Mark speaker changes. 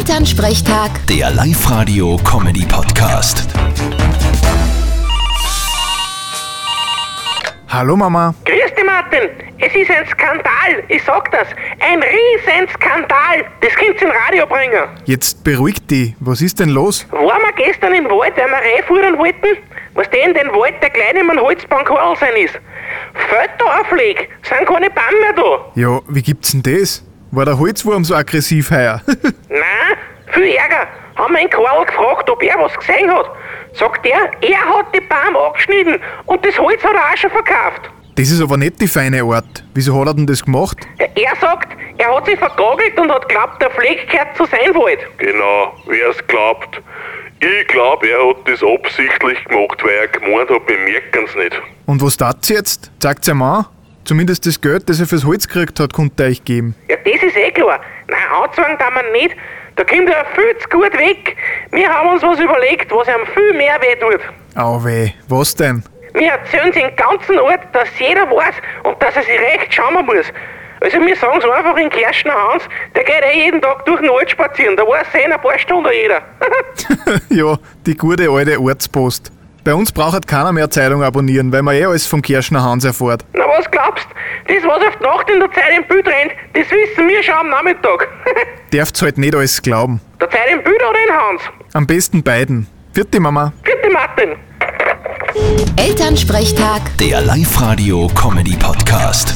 Speaker 1: Elternsprechtag,
Speaker 2: Der Live-Radio-Comedy-Podcast.
Speaker 3: Hallo Mama.
Speaker 4: Grüß dich, Martin. Es ist ein Skandal. Ich sag das. Ein riesen Skandal. Das könnt's im Radio bringen.
Speaker 3: Jetzt beruhigt die. Was ist denn los?
Speaker 4: Waren wir gestern im Wald, weil wir reinfahren wollten? Was denn in den Wald der kleine Mann Holzbankhorl sein ist? Fällt da Aufleg. Sind keine Bäume mehr da.
Speaker 3: Ja, wie gibt's denn das? War der Holzwurm so aggressiv heuer?
Speaker 4: Nein, viel Ärger. Haben wir einen Karl gefragt, ob er was gesehen hat. Sagt er, er hat die Bäume angeschnitten und das Holz hat er auch schon verkauft.
Speaker 3: das ist aber nicht die feine Art. Wieso hat er denn das gemacht?
Speaker 4: Er sagt, er hat sich vergagelt und hat glaubt, der Pfleg gehört zu sein Wald.
Speaker 5: Genau, wer es glaubt. Ich glaube, er hat das absichtlich gemacht, weil er gemeint hat, wir merken's nicht.
Speaker 3: Und was tat's jetzt? Sagt's ihm an. Zumindest das Geld, das er fürs Holz gekriegt hat, konnte er euch geben.
Speaker 4: Ja, das ist eh klar. Nein, anzwang kann man nicht. Da kommt er viel zu gut weg. Wir haben uns was überlegt, was ihm viel mehr weh tut.
Speaker 3: Au weh, was denn?
Speaker 4: Wir erzählen den ganzen Ort, dass jeder weiß und dass er sich recht schauen muss. Also wir sagen's einfach in Kerschner Hans, der geht eh jeden Tag durch den Wald spazieren. Da weiß eh in ein paar Stunden jeder.
Speaker 3: ja, die gute alte Ortspost. Bei uns braucht keiner mehr Zeitung abonnieren, weil man eh alles vom Kirschner Hans erfährt.
Speaker 4: Na was glaubst? Das, was auf die Nacht in der Zeit im Bild rennt, das wissen wir schon am Nachmittag.
Speaker 3: Dürft's halt nicht alles glauben.
Speaker 4: der Zeit im Bild oder in Hans?
Speaker 3: Am besten beiden. Vierte Mama.
Speaker 4: Bitte Martin.
Speaker 1: Elternsprechtag.
Speaker 2: Der Live-Radio-Comedy-Podcast.